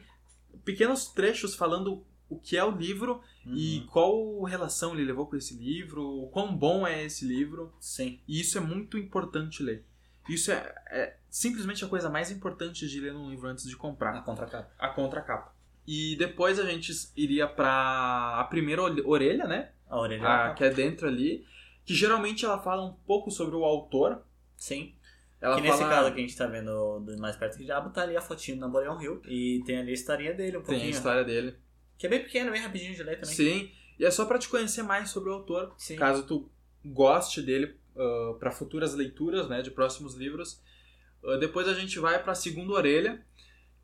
Speaker 2: pequenos trechos falando o que é o livro e
Speaker 1: Uhum.
Speaker 2: qual relação ele levou com esse livro, quão bom é esse livro,
Speaker 1: Sim.
Speaker 2: e isso é muito importante ler. Isso é, é simplesmente a coisa mais importante de ler num livro antes de
Speaker 1: A
Speaker 2: comprar,
Speaker 1: contracapa.
Speaker 2: a contracapa. E depois a gente iria pra a primeira olhe- orelha, né?
Speaker 1: A orelha. da
Speaker 2: A,
Speaker 1: capa.
Speaker 2: que é dentro ali, que geralmente ela fala um pouco sobre o autor.
Speaker 1: Sim.
Speaker 2: Ela
Speaker 1: que nesse
Speaker 2: fala-
Speaker 1: caso que a gente tá vendo do Mais Perto que o Diabo, tá ali a fotinho do Napoleão Hill. E tem ali a historinha dele um
Speaker 2: tem a
Speaker 1: pouquinho. né?
Speaker 2: história dele.
Speaker 1: que é bem pequeno, bem rapidinho de ler também.
Speaker 2: Sim, e é só pra te conhecer mais sobre o autor.
Speaker 1: Sim.
Speaker 2: caso tu goste dele para futuras leituras, né, de próximos livros. Ah, depois a gente vai para Segunda Orelha,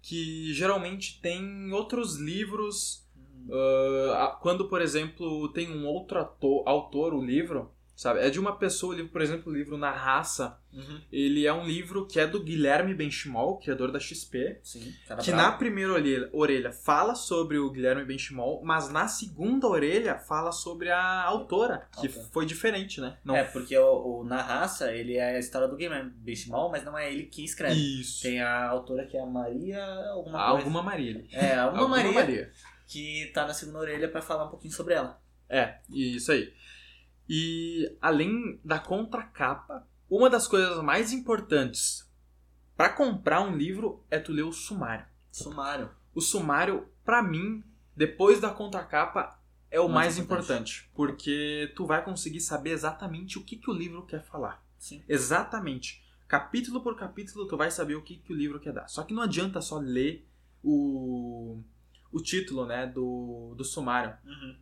Speaker 2: que geralmente tem outros livros.
Speaker 1: Hum.
Speaker 2: ah, a- quando, por exemplo, tem um outro ato- autor o livro, sabe? É de uma pessoa o livro, por exemplo, o livro Na Raça.
Speaker 1: Uhum.
Speaker 2: Ele é um livro que é do Guilherme Benchimol, criador da XP.
Speaker 1: Sim. Cara
Speaker 2: Que na
Speaker 1: bravo.
Speaker 2: primeira orelha, orelha fala sobre o Guilherme Benchimol, mas na segunda orelha fala sobre a autora, que
Speaker 1: Autora.
Speaker 2: foi diferente, né? Não
Speaker 1: É, porque o, o Na Raça, ele é a história do Guilherme Benchimol, mas não é ele que escreve.
Speaker 2: Isso.
Speaker 1: Tem a autora que é a Maria alguma coisa.
Speaker 2: Alguma Marília.
Speaker 1: É, alguma,
Speaker 2: Alguma
Speaker 1: Maria, que tá na segunda orelha pra falar um pouquinho sobre ela.
Speaker 2: É, isso aí. E além da contracapa, uma das coisas mais importantes pra comprar um livro é tu ler o sumário.
Speaker 1: Sumário.
Speaker 2: O sumário, pra mim, depois da contracapa, é o mais,
Speaker 1: Mais
Speaker 2: importante, porque tu vai conseguir saber exatamente o que, que o livro quer falar.
Speaker 1: Sim.
Speaker 2: Exatamente. Capítulo por capítulo, tu vai saber o que, que o livro quer dar. Só que não adianta só ler o, o título né, do, do sumário.
Speaker 1: Uhum.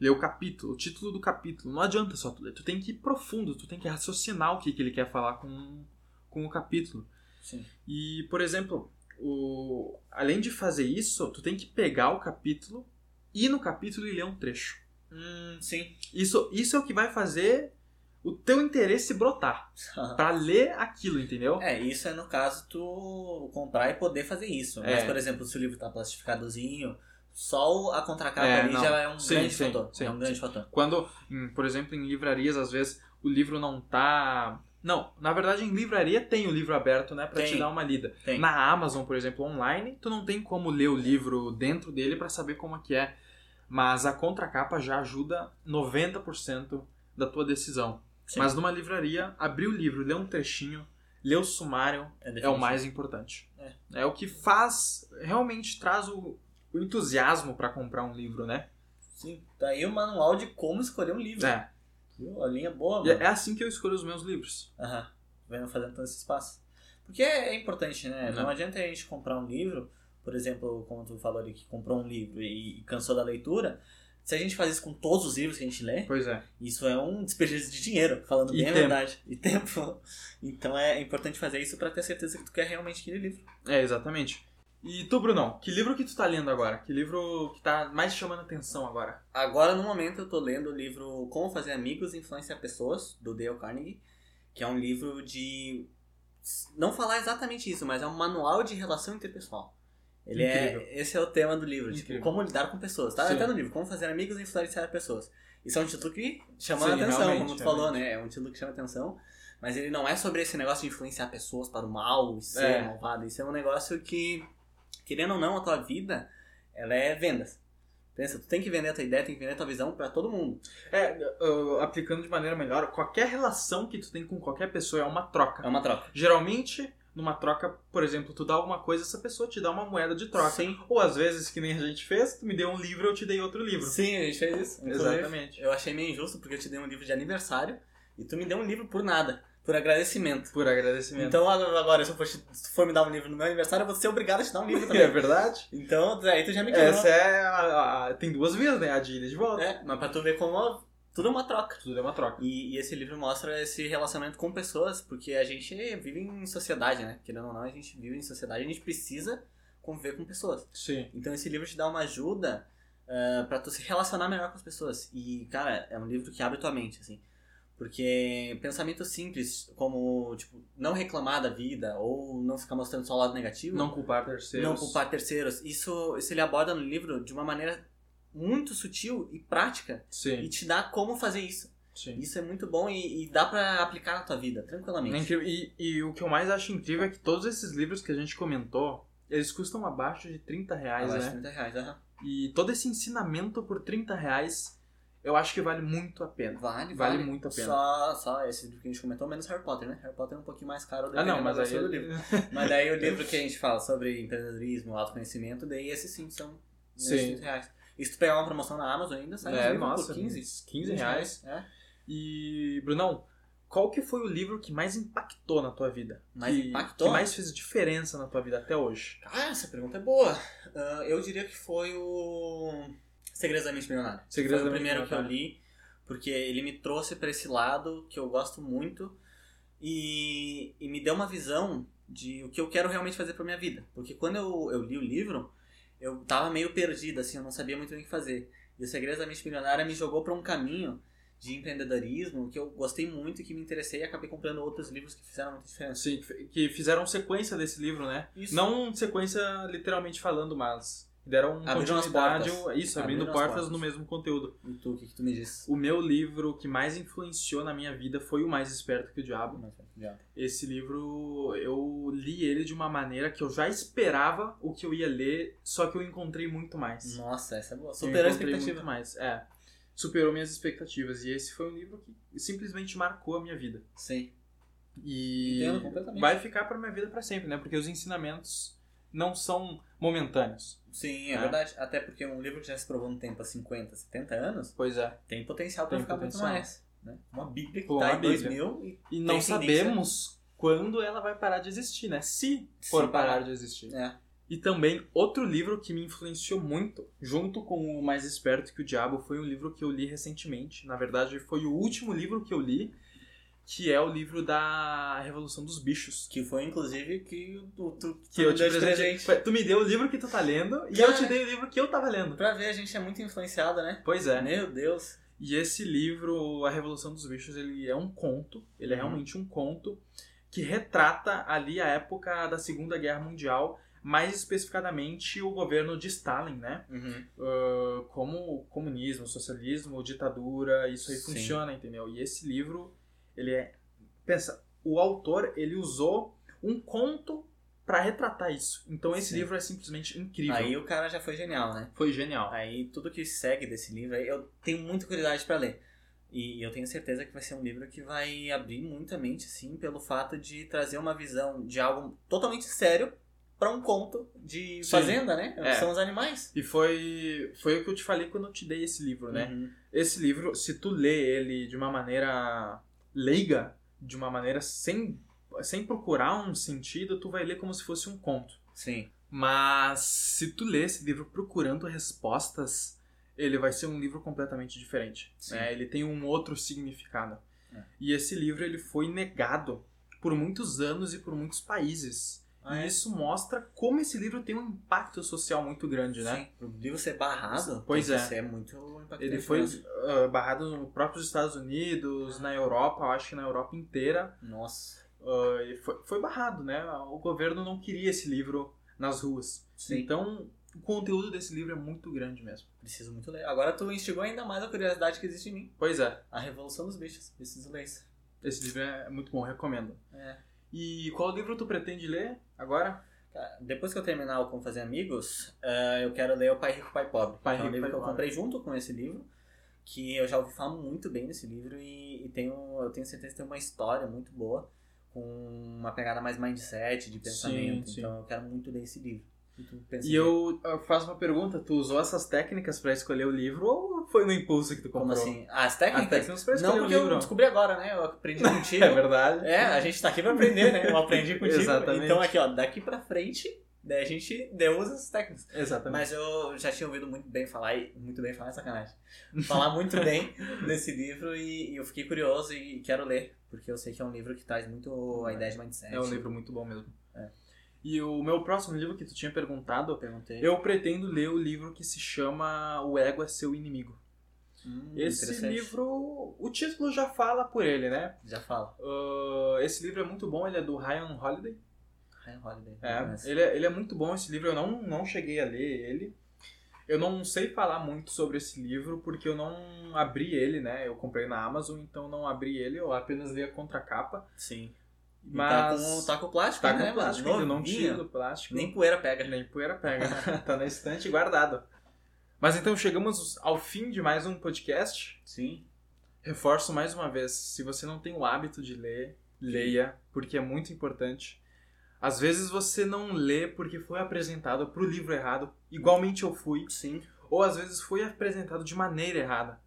Speaker 2: Ler o capítulo, o título do capítulo. Não adianta só tu ler. Tu tem que ir profundo, tu tem que raciocinar o que, que ele quer falar com, com o capítulo.
Speaker 1: Sim.
Speaker 2: E, por exemplo, o... além de fazer isso, tu tem que pegar o capítulo, ir no capítulo e ler um trecho.
Speaker 1: Hum, sim.
Speaker 2: Isso, isso é o que vai fazer o teu interesse brotar. Pra ler aquilo, entendeu?
Speaker 1: É, isso é no caso tu comprar e poder fazer isso.
Speaker 2: É.
Speaker 1: Mas, por exemplo, se o livro tá plastificadozinho, só o- a contracapa
Speaker 2: É,
Speaker 1: ali
Speaker 2: não.
Speaker 1: já é um
Speaker 2: Sim,
Speaker 1: grande
Speaker 2: sim,
Speaker 1: fator.
Speaker 2: sim,
Speaker 1: é um
Speaker 2: sim.
Speaker 1: grande fator.
Speaker 2: Quando, em- por exemplo, em livrarias, às vezes, o livro não tá. Não, na verdade, em livraria tem o livro aberto, né? Pra te
Speaker 1: Tem.
Speaker 2: dar uma lida.
Speaker 1: Tem.
Speaker 2: Na Amazon, por exemplo, online, tu não tem como ler o livro dentro dele pra saber como é que é. Mas a contracapa já ajuda 90% da tua decisão.
Speaker 1: Sim.
Speaker 2: Mas numa livraria, abrir o livro, ler um trechinho, ler o sumário é o
Speaker 1: definitivo.
Speaker 2: mais importante. É, o que faz, realmente traz o, o entusiasmo pra comprar um livro, né?
Speaker 1: Sim. Tá aí o manual de como escolher um livro.
Speaker 2: É.
Speaker 1: Viu? A linha boa,
Speaker 2: E
Speaker 1: mano.
Speaker 2: é assim que eu escolho os meus livros.
Speaker 1: Aham. Vendo fazendo todo esse espaço. Porque é é importante, né? Não
Speaker 2: Não.
Speaker 1: adianta a gente comprar um livro, por exemplo, como tu falou ali, que comprou um livro e e cansou da leitura. Se a gente faz isso com todos os livros que a gente lê,
Speaker 2: Pois é.
Speaker 1: isso é um desperdício de dinheiro, falando
Speaker 2: E
Speaker 1: bem a
Speaker 2: tempo.
Speaker 1: verdade. E tempo. Então é importante fazer isso pra ter certeza que tu quer realmente aquele livro.
Speaker 2: É, exatamente. E tu, Brunão, que livro que tu tá lendo agora? Que livro que tá mais chamando atenção agora?
Speaker 1: Agora, no momento, eu tô lendo o livro Como Fazer Amigos e Influenciar Pessoas, do Dale Carnegie, que é um livro de. Não falar exatamente isso, mas é um manual de relação interpessoal. Ele
Speaker 2: Incrível.
Speaker 1: é, esse é o tema do livro, tipo,
Speaker 2: Incrível.
Speaker 1: como lidar com pessoas, tá?
Speaker 2: Sim.
Speaker 1: Até no livro, como fazer amigos e influenciar pessoas. Isso é um título que chama
Speaker 2: Sim,
Speaker 1: a atenção,
Speaker 2: realmente,
Speaker 1: como tu
Speaker 2: realmente.
Speaker 1: falou, né? É um título que chama a atenção, mas ele não é sobre esse negócio de influenciar pessoas para o mal e ser
Speaker 2: É.
Speaker 1: malvado. Isso é um negócio que, querendo ou não, a tua vida, ela é vendas. Pensa, tu tem que vender a tua ideia, tem que vender a tua visão pra todo mundo.
Speaker 2: É, uh, aplicando de maneira melhor, qualquer relação que tu tem com qualquer pessoa é uma troca.
Speaker 1: É uma troca.
Speaker 2: Geralmente, numa troca, por exemplo, tu dá alguma coisa, essa pessoa te dá uma moeda de troca.
Speaker 1: Sim.
Speaker 2: Ou às vezes, que nem a gente fez, tu me deu um livro, eu te dei outro livro.
Speaker 1: Sim, a gente fez isso. Inclusive,
Speaker 2: Exatamente.
Speaker 1: Eu achei meio injusto porque eu te dei um livro de aniversário e tu me deu um livro por nada, por agradecimento.
Speaker 2: Por agradecimento.
Speaker 1: Então agora, se eu for, te- se tu for me dar um livro no meu aniversário, eu vou ser obrigado a te dar um livro
Speaker 2: é
Speaker 1: também.
Speaker 2: verdade?
Speaker 1: então, aí tu já me quebrou.
Speaker 2: Essa é a, a- Tem duas vias, né? A de ida e de volta.
Speaker 1: É, mas pra tu ver como tudo é uma troca.
Speaker 2: Tudo é uma troca.
Speaker 1: E, e esse livro mostra esse relacionamento com pessoas, porque a gente vive em sociedade, né? Querendo ou não, a gente vive em sociedade, a gente precisa conviver com pessoas.
Speaker 2: Sim.
Speaker 1: Então esse livro te dá uma ajuda ah, pra tu se relacionar melhor com as pessoas. E, cara, é um livro que abre tua mente, assim. Porque pensamentos simples, como, tipo, não reclamar da vida ou não ficar mostrando só o lado negativo,
Speaker 2: Não culpar terceiros.
Speaker 1: não culpar terceiros, isso, isso ele aborda no livro de uma maneira muito sutil e prática e
Speaker 2: Sim.
Speaker 1: te dá como fazer isso.
Speaker 2: Sim.
Speaker 1: Isso é muito bom e, e dá pra aplicar na tua vida,
Speaker 2: É
Speaker 1: tranquilamente.
Speaker 2: incrível. E, e o que eu mais acho incrível é que todos esses livros que a gente comentou, eles custam abaixo de 30 reais,
Speaker 1: Abaixo de
Speaker 2: né?
Speaker 1: 30 reais, aham.
Speaker 2: E todo esse ensinamento por 30 reais, eu acho que vale muito a pena.
Speaker 1: Vale,
Speaker 2: Vale
Speaker 1: vale.
Speaker 2: muito a pena.
Speaker 1: Só, só esse livro que a gente comentou, menos Harry Potter, né? Harry Potter é um pouquinho mais caro
Speaker 2: Ah,
Speaker 1: dependendo
Speaker 2: não, mas
Speaker 1: da
Speaker 2: aí...
Speaker 1: versão do livro. Mas daí o livro que a gente fala sobre empreendedorismo, autoconhecimento, daí esses sim são
Speaker 2: Sim.
Speaker 1: 30 reais. E se tu pegar uma promoção na Amazon ainda, sai
Speaker 2: É,
Speaker 1: um livro
Speaker 2: nossa,
Speaker 1: por 15,
Speaker 2: 15 reais.
Speaker 1: É.
Speaker 2: E, Brunão, qual que foi o livro que mais impactou na tua vida?
Speaker 1: Mais
Speaker 2: que,
Speaker 1: impactou?
Speaker 2: Que mais fez diferença na tua vida até hoje?
Speaker 1: Ah, essa pergunta é boa. Ah, eu diria que foi o Segredos da Mente Milionária.
Speaker 2: Segredos
Speaker 1: foi
Speaker 2: da
Speaker 1: o
Speaker 2: Mente
Speaker 1: primeiro que eu
Speaker 2: Milionária.
Speaker 1: li, porque ele me trouxe pra esse lado que eu gosto muito e, e me deu uma visão de o que eu quero realmente fazer pra minha vida. Porque quando eu, eu li o livro, eu tava meio perdido, assim, eu não sabia muito bem o que fazer. E o Segredos da Mente Milionária me jogou pra um caminho de empreendedorismo que eu gostei muito, que me interessei e acabei comprando outros livros que fizeram muita diferença.
Speaker 2: Sim, que- que fizeram sequência desse livro, né?
Speaker 1: Isso.
Speaker 2: Não sequência literalmente falando, mas deram um
Speaker 1: Abriram as
Speaker 2: continuidade,
Speaker 1: portas.
Speaker 2: isso, abrindo,
Speaker 1: Abriram as
Speaker 2: portas,
Speaker 1: portas.
Speaker 2: no mesmo conteúdo.
Speaker 1: E tu, o que, que tu me diz?
Speaker 2: O meu livro que mais influenciou na minha vida foi O Mais Esperto que o Diabo.
Speaker 1: Já.
Speaker 2: Esse livro, eu li ele de uma maneira que eu já esperava o que eu ia ler, só que eu encontrei muito mais.
Speaker 1: Nossa, essa é boa.
Speaker 2: Eu
Speaker 1: Superou a
Speaker 2: encontrei
Speaker 1: expectativa.
Speaker 2: Muito mais. É. Superou minhas expectativas. E esse foi um livro que simplesmente marcou a minha vida.
Speaker 1: Sim.
Speaker 2: E
Speaker 1: Entendo completamente.
Speaker 2: vai ficar pra minha vida pra sempre, né? Porque os ensinamentos não são momentâneos.
Speaker 1: Sim, é,
Speaker 2: É.
Speaker 1: verdade. Até porque um livro que já se provou no tempo há 50, 70 anos,
Speaker 2: Pois é.
Speaker 1: tem potencial pra
Speaker 2: Tem
Speaker 1: ficar
Speaker 2: potencial.
Speaker 1: muito mais. Né? Uma Bíblia que
Speaker 2: Pô,
Speaker 1: tá
Speaker 2: uma
Speaker 1: em
Speaker 2: Bíblia.
Speaker 1: 2000 e...
Speaker 2: E não
Speaker 1: tendência.
Speaker 2: sabemos quando ela vai parar de existir, né? Se for
Speaker 1: Se parar.
Speaker 2: parar de existir.
Speaker 1: É.
Speaker 2: E também, outro livro que me influenciou muito, junto com o Mais Esperto que o Diabo, foi um livro que eu li recentemente. Na verdade, foi o último livro que eu li, que é o livro da Revolução dos Bichos.
Speaker 1: Que foi, inclusive, que o- tu, tu,
Speaker 2: Que eu te
Speaker 1: deu de
Speaker 2: presente. Tu me deu o livro que tu tá lendo e eu
Speaker 1: Cara.
Speaker 2: te dei o livro que eu tava lendo.
Speaker 1: Pra ver, a gente é muito influenciado, né?
Speaker 2: Pois é.
Speaker 1: Meu Deus.
Speaker 2: E esse livro, A Revolução dos Bichos, ele é um conto, ele é
Speaker 1: Uhum.
Speaker 2: realmente um conto que retrata ali a época da Segunda Guerra Mundial, mais especificadamente o governo de Stalin, né? Uh, como o comunismo, o socialismo, ditadura, isso aí
Speaker 1: Sim.
Speaker 2: funciona, entendeu? E esse livro, ele é pensa, o autor, ele usou um conto pra retratar isso. Então esse
Speaker 1: Sim.
Speaker 2: livro é simplesmente incrível.
Speaker 1: Aí o cara já foi genial, né?
Speaker 2: foi genial.
Speaker 1: Aí tudo que segue desse livro, aí eu tenho muita curiosidade pra ler. E eu tenho certeza que vai ser um livro que vai abrir muita mente, assim, pelo fato de trazer uma visão de algo totalmente sério pra um conto de
Speaker 2: Sim.
Speaker 1: fazenda, né?
Speaker 2: É.
Speaker 1: São os animais.
Speaker 2: E foi foi o que eu te falei quando eu te dei esse livro, né?
Speaker 1: Uhum.
Speaker 2: Esse livro, se tu lê ele de uma maneira leiga, de uma maneira sem sem procurar um sentido, tu vai ler como se fosse um conto.
Speaker 1: Sim.
Speaker 2: Mas se tu lê esse livro procurando respostas, ele vai ser um livro completamente diferente.
Speaker 1: Sim.
Speaker 2: né? Ele tem um outro significado.
Speaker 1: É.
Speaker 2: E esse livro ele foi negado por muitos anos e por muitos países.
Speaker 1: Ah,
Speaker 2: e
Speaker 1: é?
Speaker 2: isso mostra como esse livro tem um impacto social muito grande, né?
Speaker 1: Sim. Pro livro ser barrado,
Speaker 2: Pois
Speaker 1: tem que
Speaker 2: é.
Speaker 1: ser muito impactante.
Speaker 2: Ele foi
Speaker 1: mesmo.
Speaker 2: ah, barrado nos próprios Estados Unidos, na Europa, eu acho que na Europa inteira.
Speaker 1: Nossa.
Speaker 2: Ah, e foi, foi barrado, né? O governo não queria esse livro nas ruas.
Speaker 1: Sim.
Speaker 2: Então, o conteúdo desse livro é muito grande mesmo.
Speaker 1: Preciso muito ler. Agora tu instigou ainda mais a curiosidade que existe em mim.
Speaker 2: Pois é,
Speaker 1: A Revolução dos Bichos. Preciso ler isso.
Speaker 2: esse livro é muito bom, recomendo.
Speaker 1: É.
Speaker 2: E qual livro tu pretende ler agora?
Speaker 1: Tá, Depois que eu terminar o Como Fazer Amigos, eh, eu quero ler o Pai Rico, Pai Pobre.
Speaker 2: Pai
Speaker 1: que é um
Speaker 2: Rico,
Speaker 1: livro
Speaker 2: Pai
Speaker 1: que eu
Speaker 2: Pobre.
Speaker 1: comprei junto com esse livro, que eu já ouvi falar muito bem desse livro e, e tenho, eu tenho certeza que tem uma história muito boa, com uma pegada mais mindset, de pensamento.
Speaker 2: sim.
Speaker 1: Então eu quero muito ler esse livro. E, tu pensa
Speaker 2: E
Speaker 1: em-
Speaker 2: eu ah, faço uma pergunta, tu usou essas técnicas pra escolher o livro ou foi no impulso que tu
Speaker 1: Como
Speaker 2: comprou?
Speaker 1: assim? Ah, As
Speaker 2: As
Speaker 1: técnicas?
Speaker 2: técnicas pra
Speaker 1: Não
Speaker 2: escolher o
Speaker 1: porque eu
Speaker 2: livro.
Speaker 1: descobri agora, né? Eu aprendi contigo.
Speaker 2: É verdade.
Speaker 1: É, a gente tá aqui pra aprender, né? Eu aprendi contigo.
Speaker 2: Exatamente.
Speaker 1: Então aqui, ó, daqui pra frente, daí a gente deu usa essas técnicas.
Speaker 2: Exatamente.
Speaker 1: Mas eu já tinha ouvido muito bem falar, e muito bem falar é sacanagem. Falar muito bem desse livro e, e eu fiquei curioso e quero ler, porque eu sei que é um livro que traz muito a ideia de mindset.
Speaker 2: É um livro muito bom mesmo.
Speaker 1: É.
Speaker 2: E o meu próximo livro que tu tinha perguntado,
Speaker 1: Eu perguntei.
Speaker 2: eu pretendo ler o livro que se chama O Ego é Seu Inimigo.
Speaker 1: Hum,
Speaker 2: Esse
Speaker 1: interessante.
Speaker 2: livro, o título já fala por ele, né?
Speaker 1: Já fala.
Speaker 2: Ah, esse livro é muito bom, ele é do Ryan Holiday.
Speaker 1: Ryan Ah, Holiday. né?
Speaker 2: É,
Speaker 1: não conheço.
Speaker 2: ele é, ele é muito bom esse livro, eu não, não cheguei a ler ele. Eu não sei falar muito sobre esse livro porque eu não abri ele, né? Eu comprei na Amazon, então não abri ele, eu apenas li a contracapa.
Speaker 1: Sim. E
Speaker 2: Mas
Speaker 1: Tá com, tá com plástico,
Speaker 2: tá
Speaker 1: né,
Speaker 2: com
Speaker 1: mano?
Speaker 2: plástico, ainda não
Speaker 1: Novinha.
Speaker 2: tiro do plástico.
Speaker 1: Nem poeira pega.
Speaker 2: É, Nem poeira pega, tá na estante guardado. Mas então chegamos ao fim de mais um podcast.
Speaker 1: Sim.
Speaker 2: Reforço mais uma vez, se você não tem o hábito de ler, leia, porque é muito importante. Às vezes você não lê porque foi apresentado pro livro errado, igualmente eu fui,
Speaker 1: Sim.
Speaker 2: ou às vezes foi apresentado de maneira errada.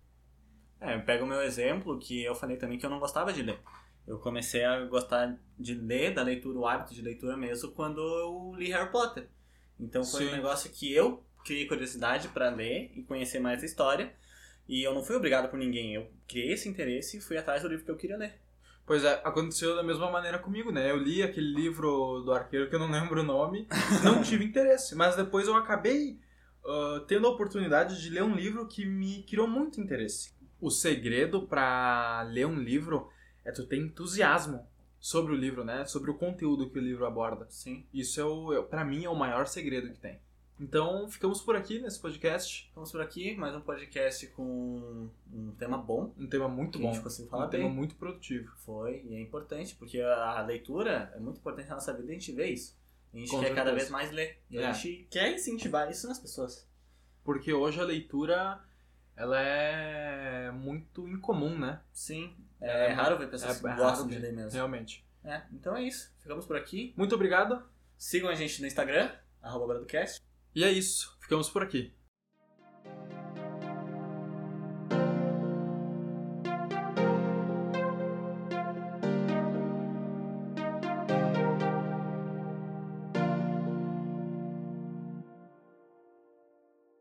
Speaker 1: É, pega o meu exemplo, que eu falei também que eu não gostava de ler. Eu comecei a gostar de ler, da leitura, o hábito de leitura mesmo, quando eu li Harry Potter. Então foi um
Speaker 2: Sim.
Speaker 1: negócio que eu criei curiosidade pra ler e conhecer mais a história. E eu não fui obrigado por ninguém. Eu criei esse interesse e fui atrás do livro que eu queria ler.
Speaker 2: Pois é, aconteceu da mesma maneira comigo, né? Eu li aquele livro do arqueiro que eu não lembro o nome, não tive interesse, mas depois eu acabei ah, tendo a oportunidade de ler um livro que me criou muito interesse. O segredo para ler um livro é tu ter entusiasmo sobre o livro, né? Sobre o conteúdo que o livro aborda.
Speaker 1: Sim.
Speaker 2: Isso é o, é- para mim é o maior segredo que tem. Então, ficamos por aqui nesse podcast,
Speaker 1: Vamos por aqui, mais um podcast com um tema bom.
Speaker 2: um tema muito
Speaker 1: que
Speaker 2: bom,
Speaker 1: a gente conseguiu falar
Speaker 2: um tema
Speaker 1: bem.
Speaker 2: muito produtivo.
Speaker 1: Foi, e é importante, porque a a leitura é muito importante na nossa vida e a gente vê isso. A gente
Speaker 2: Com
Speaker 1: quer cada
Speaker 2: certeza.
Speaker 1: vez mais ler. E
Speaker 2: É.
Speaker 1: a gente quer incentivar isso nas pessoas.
Speaker 2: Porque hoje a leitura ela é muito incomum, né?
Speaker 1: Sim. É,
Speaker 2: É,
Speaker 1: raro ver pessoas
Speaker 2: é
Speaker 1: que
Speaker 2: raro
Speaker 1: gostam de
Speaker 2: mesmo.
Speaker 1: ler mesmo.
Speaker 2: Realmente.
Speaker 1: É, então é isso. Ficamos por aqui.
Speaker 2: Muito obrigado.
Speaker 1: Sigam a gente no Instagram, arroba Bradocast.
Speaker 2: E é isso. Ficamos por aqui.